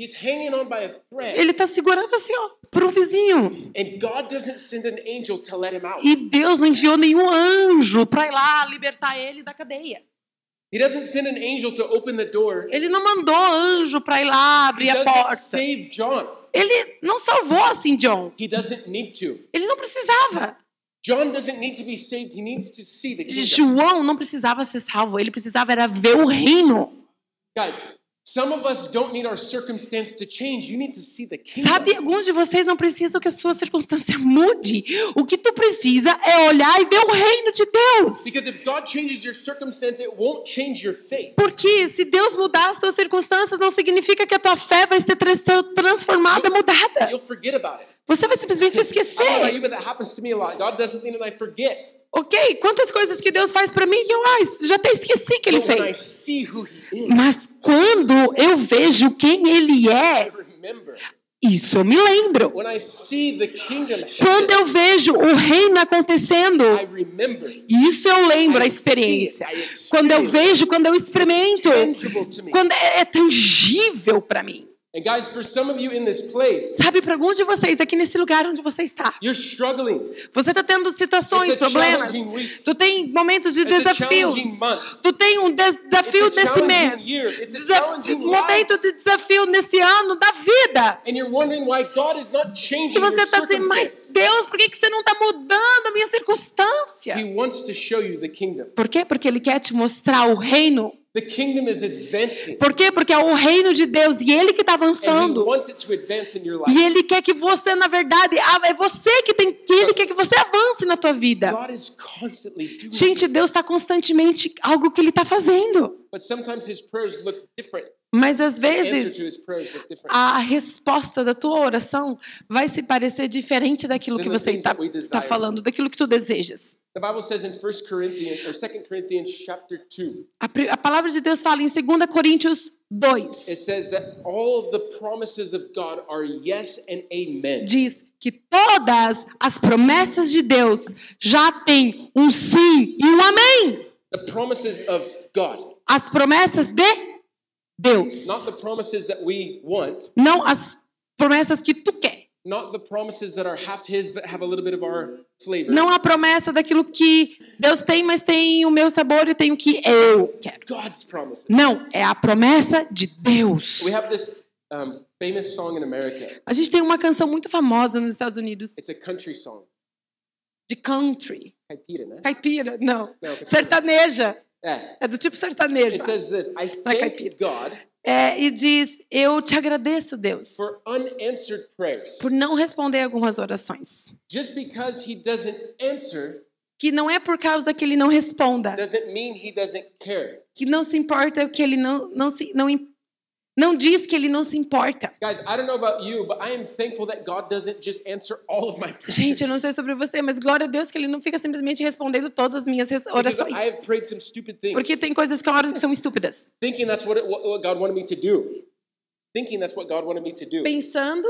He's hanging on by a thread.
Ele tá segurando assim, ó, por um vizinho.
And God doesn't send an angel to let him out.
E Deus não enviou nenhum anjo pra ir lá libertar ele da cadeia.
He doesn't send an angel to open the door.
Ele não mandou anjo pra ir lá
He
abrir a
doesn't
porta.
save John.
Ele não salvou assim, John.
He doesn't need to.
Ele não precisava.
John doesn't need to be saved. He needs to see the kingdom.
João não precisava ser salvo. Ele precisava era ver o reino.
Guys, some of us don't need our circumstance to change. You need to see the kingdom.
Sabe, alguns de vocês não precisam que a sua circunstância mude. O que tu precisa é olhar e ver o reino de Deus.
Because if God changes your circumstance, it won't change your faith.
Porque se Deus mudar as tuas circunstâncias, não significa que a tua fé vai ser trans- transformada, mudada.
You'll forget about it.
Você vai simplesmente
I don't know about you,
esquecer.
but that happens to me a lot. God does something and I forget.
Ok, quantas coisas que Deus faz pra mim, eu ai, já até esqueci que Ele
But when I
fez.
see who He is,
Mas quando eu vejo quem Ele
I
é,
remember. remember
Isso eu me lembro.
when I see the kingdom. happen,
Quando eu vejo o reino acontecendo,
I remember.
isso eu lembro a experiência. Quando eu vejo, quando eu experimento, quando é é tangível para mim.
And guys, for some of you in this place,
Sabe, para algum de vocês aqui nesse lugar onde você está,
you're struggling.
Você está tendo situações,
It's a
problemas.
challenging week.
Tu tem momentos de
It's a
desafios.
challenging month.
Tu tem um des- desafio
It's a
nesse
challenging
mês.
year. It's a
Desaf-
challenging
um momento de desafio nesse ano da vida.
And you're wondering why God is not changing
E você
your
está assim, mas
circumstance.
Deus, por que, que você não está mudando a minha circunstância?
He wants to show you the kingdom.
Por quê? Porque Ele quer te mostrar o reino.
The kingdom is advancing.
Por quê? Porque é o reino de Deus e Ele que está
And he
avançando.
wants it to advance in your life.
E Ele quer que você, na verdade, ah, é você que tem que Ele quer que você avance na tua vida.
God is constantly doing it.
Gente, Deus está constantemente algo que Ele está fazendo.
But sometimes his prayers look different.
Mas às
The answer to his
vezes
prayers look different.
a resposta da tua oração vai se parecer diferente daquilo
Then
que
the
você
things
está
that we desire.
falando, daquilo que tu desejas.
The Bible says in 1 Corinthians or 2 Corinthians chapter 2,
A, pri- a palavra de Deus fala em 2 Coríntios
it
2,
says that all of the promises of God are yes and amen.
diz que todas as promessas de Deus já têm um sim e um amém.
The promises of God,
As promessas de Deus,
not the promises that we want,
não as promessas que tu quer.
not the promises that are half his but have a little bit of our flavor.
Não a promessa daquilo que Deus tem, mas tem o meu sabor e tem o que eu quero.
God's promises.
Não, é a promessa de Deus.
We have this um, famous song in America.
A gente tem uma canção muito famosa nos Estados Unidos
It's a country song.
de country.
Caipira, né?
Caipira, não.
Não, caipira.
Sertaneja.
É.
É do tipo
It
sertanejo.
says this, I
caipira.
thank God
É, e diz: Eu te agradeço, Deus,
for unanswered prayers.
por não responder algumas orações.
Just because he doesn't answer
Que não é por causa que ele não responda,
doesn't mean he doesn't care.
que não se importa, que ele não, não se. Não, im- não diz que ele não se importa.
Guys, I don't know about you, but I am thankful that God doesn't just answer all of my prayers.
Gente, eu não sei sobre você, mas glória a Deus que ele não fica simplesmente respondendo todas as minhas res-
Because
orações.
I have prayed some stupid things,
Porque tem coisas que eu oro que são estúpidas.
thinking that's what, it, what, what God wanted me to do. Thinking that's what God wanted me to do.
Pensando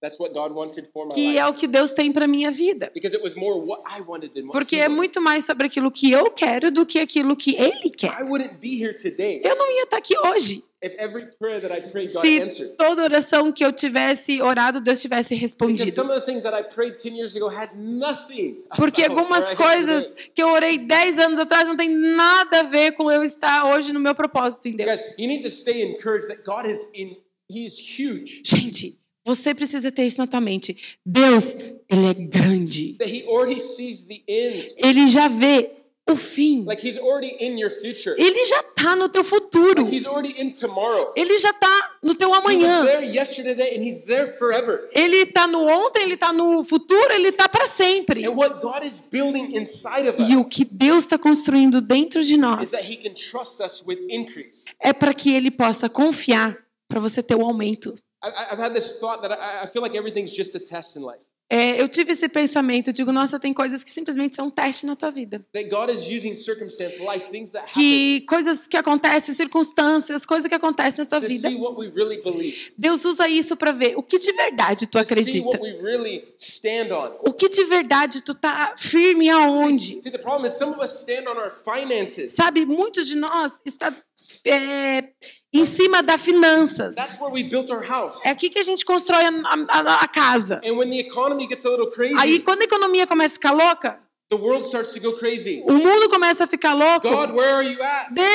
That's what God wanted for my
que
life.
é o que Deus tem para minha vida.
Because it was more what I wanted than what
Porque
he
é
wanted.
muito mais sobre aquilo que eu quero do que aquilo que ele
I
quer.
wouldn't be here today
Eu não ia estar aqui hoje
if every prayer that I prayed God
se
answered.
toda oração que eu tivesse orado, Deus tivesse
Because some
respondido.
of the things that I prayed 10 years ago had nothing.
Porque
about
algumas
where I am
coisas
today.
que eu orei 10 anos atrás não tem nada a ver com eu estar hoje no meu propósito em Deus.
Guys, you need to stay encouraged that God is in, He is huge.
Gente, você precisa ter isso na tua mente. Deus, ele é grande.
That He already sees the end.
Ele já vê o fim.
Like He's already in your future.
Ele já tá no teu futuro.
He's already in tomorrow.
Ele já tá no teu
He was
amanhã.
there yesterday and he's there forever.
Ele tá no ontem, ele tá no futuro, ele tá para sempre.
And what God is building inside of us
E o que Deus está construindo dentro de
is
nós
that he can trust us with increase.
é para que ele possa confiar para você ter um aumento.
I, I- I've had this thought that I, I feel like everything's just a test in life.
É, eu tive esse pensamento, eu digo, nossa, tem coisas que simplesmente são um teste na tua vida.
That God is using circumstance, life, things that happen
Que coisas que acontecem, circunstâncias, coisas que acontecem na tua
to
vida,
see what we really believe,
Deus usa isso para ver o que de verdade tu
to see what
acredita.
we really stand on.
O que de verdade tu tá firme aonde?
See, the problem is some of us stand on our finances.
Sabe, muito de nós está é, em cima das finanças.
That's where we built our house.
É aqui que a gente constrói a, a- a casa.
And when the economy gets a little
Aí,
crazy,
quando a economia começa a ficar louca,
the world starts to go crazy.
o mundo começa a ficar louco.
God, where are you at?
Deus,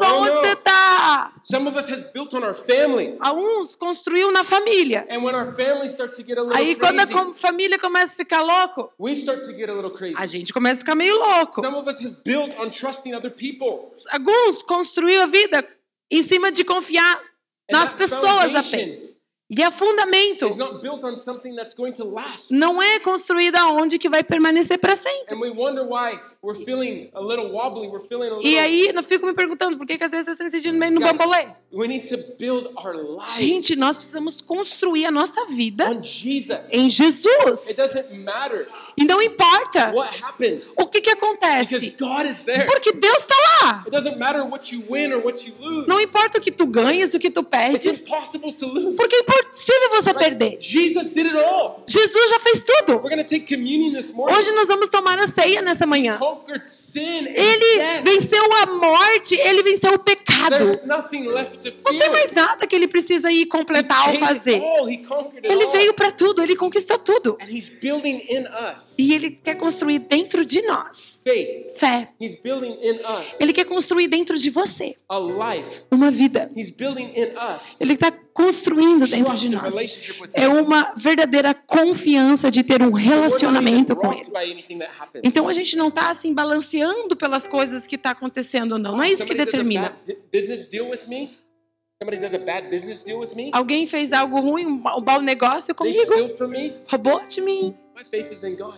Oh,
aonde
não.
você tá?
Some of us has built on our family.
A uns construiu na família.
And when our family starts to get a little
Aí, quando a
crazy,
com- família começa a ficar louco,
we start to get a little crazy.
a gente começa a ficar meio louco.
Some of us have built on trusting other people.
Alguns construiu a vida em cima de confiar
And
nas
that
pessoas
foundation
apenas. E é fundamento.
It's not built on something that's going to last.
Não é construída onde que vai permanecer para sempre.
And we wonder why We're feeling a little wobbly. We're feeling
E
a little.
aí eu fico me perguntando por que, que às vezes você tá se sentindo meio no bambolê.
we need to build our life
Gente, nós precisamos construir a nossa vida
on Jesus.
em
It
Jesus.
doesn't matter
E não importa
what happens
o que, que
because
acontece,
God is there.
porque Deus está lá.
It doesn't matter what you win or what you lose.
Não importa o que tu ganhas, o que tu
It's
perdes,
impossible to lose.
porque é impossível você
Like,
perder.
Jesus did it all.
Jesus já fez tudo.
We're going to take communion this morning.
Hoje nós vamos tomar a ceia nessa manhã.
Conquered sin and
Ele
death.
venceu a morte, ele venceu o pecado.
There's nothing left to
Não tem
fear.
mais nada que ele precisa ir completar ou
He paid it
fazer.
all. He conquered it
Ele
all.
veio para tudo, ele conquistou tudo.
And he's building in us
E ele quer construir dentro de nós
faith.
fé.
He's building in us
Ele quer construir dentro de você
a life.
uma vida.
He's building in us
Ele está construindo dentro de nós. É uma verdadeira confiança de ter um relacionamento
We're not
com
even rocked
ele.
by anything that happens.
Então a gente não está assim balanceando pelas coisas que está acontecendo, não. Não é isso que
Somebody does a
determina.
bad di- business deal with me. Somebody does a bad business deal with me.
Alguém fez algo ruim, um ba- um mau negócio
They
comigo,
steal from me.
roubou de mim.
My faith is in God.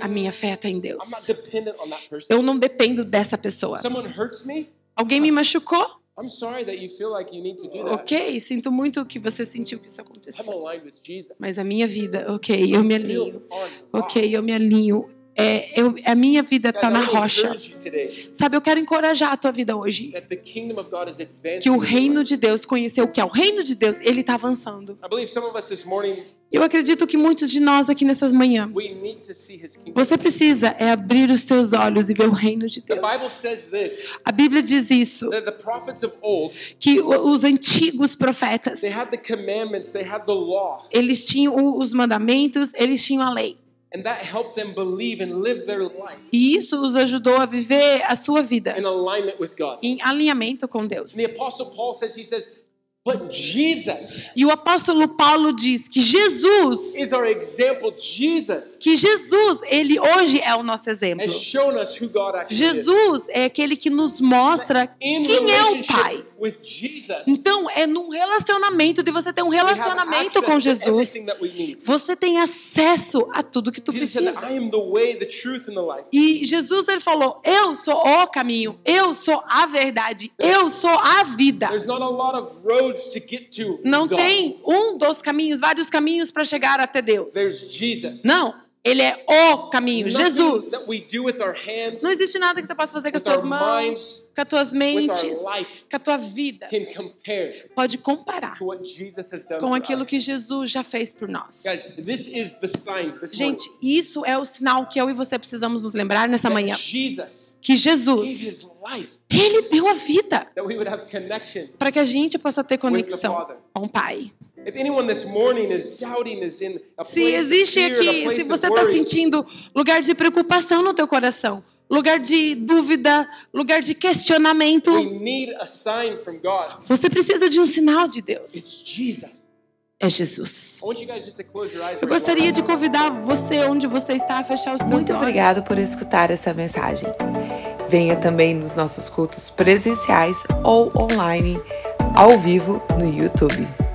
A minha fé está em
I'm not
Deus.
dependent on that person.
Eu não dependo dessa pessoa.
Someone hurts me.
Alguém me machucou?
I'm sorry that you feel like you need to do that.
Ok, sinto muito que você sentiu que isso
I'm
aconteceu.
aligned with Jesus.
Mas a minha vida, ok, eu me alinho.
Built on rock.
Ok, eu me alinho. É, eu, a minha vida
Guys,
tá
I
na
wanna
rocha.
encourage you today
Sabe, eu quero encorajar a tua vida hoje.
that the kingdom of God is advancing
Que o
in your
reino
life.
de Deus, conhecer o que é o reino de Deus, ele tá avançando.
I believe some of us this morning
Eu acredito que muitos de nós aqui nessas manhãs,
we need to see His kingdom.
você precisa é abrir os teus olhos e ver o reino de
The Bible
Deus.
says this:
A Bíblia diz isso,
that the prophets of old
que o- os antigos profetas,
they had the commandments, they had the law,
eles tinham o- os mandamentos, eles tinham a lei.
and that helped them believe and live their life
E isso os ajudou a viver a sua
in
vida
alignment with God.
em alinhamento com Deus.
And the apostle Paul says, he says, but Jesus
E o apóstolo Paulo diz que Jesus,
is our example. Jesus
que Jesus, ele hoje é o nosso exemplo.
has shown us who God actually is.
Jesus é aquele que nos mostra
In
quem é o
relationship
Pai.
with Jesus,
Então, é num relacionamento de você ter um
we have
relacionamento
access
com
to
Jesus.
everything that we need.
Você tem acesso a tudo que tu
Jesus said, I
precisa.
am the way, the truth, and the life.
E Jesus ele falou: "Eu sou o caminho, eu sou a verdade, eu sou a vida".
There's not a lot of roads to get to
Não
God.
tem um dos caminhos, vários caminhos para chegar até Deus.
There's Jesus.
Não, ele é o caminho,
Nothing
Jesus.
that we do with our hands
Não existe nada que você possa fazer com as
With our
tuas mãos,
minds,
com as tuas mentes,
life.
com a tua vida.
can compare
Pode comparar
to what Jesus has done
com
for
aquilo
us.
que Jesus já fez por nós.
Guys, this is the sign this
Gente, isso é o sinal que eu e você precisamos nos lembrar nessa
morning,
manhã.
that Jesus
Que
gave
Jesus,
his life
ele deu a vida
that we would have connection.
para que a gente possa ter
Father.
conexão com o Pai.
If anyone this morning is doubting, is in a
Se
place
existe
of fear, in a
aqui,
place
se você
of
está
worry,
sentindo lugar de preocupação no teu coração, lugar de dúvida, lugar de questionamento,
we need a sign from God.
você precisa de um sinal de Deus.
It's Jesus.
É Jesus.
I want you guys just to close your eyes.
Eu
right now.
gostaria de convidar você, onde você está, a fechar os teus
Muito
olhos.
obrigado por escutar essa mensagem. Venha também nos nossos cultos presenciais ou online, ao vivo no YouTube.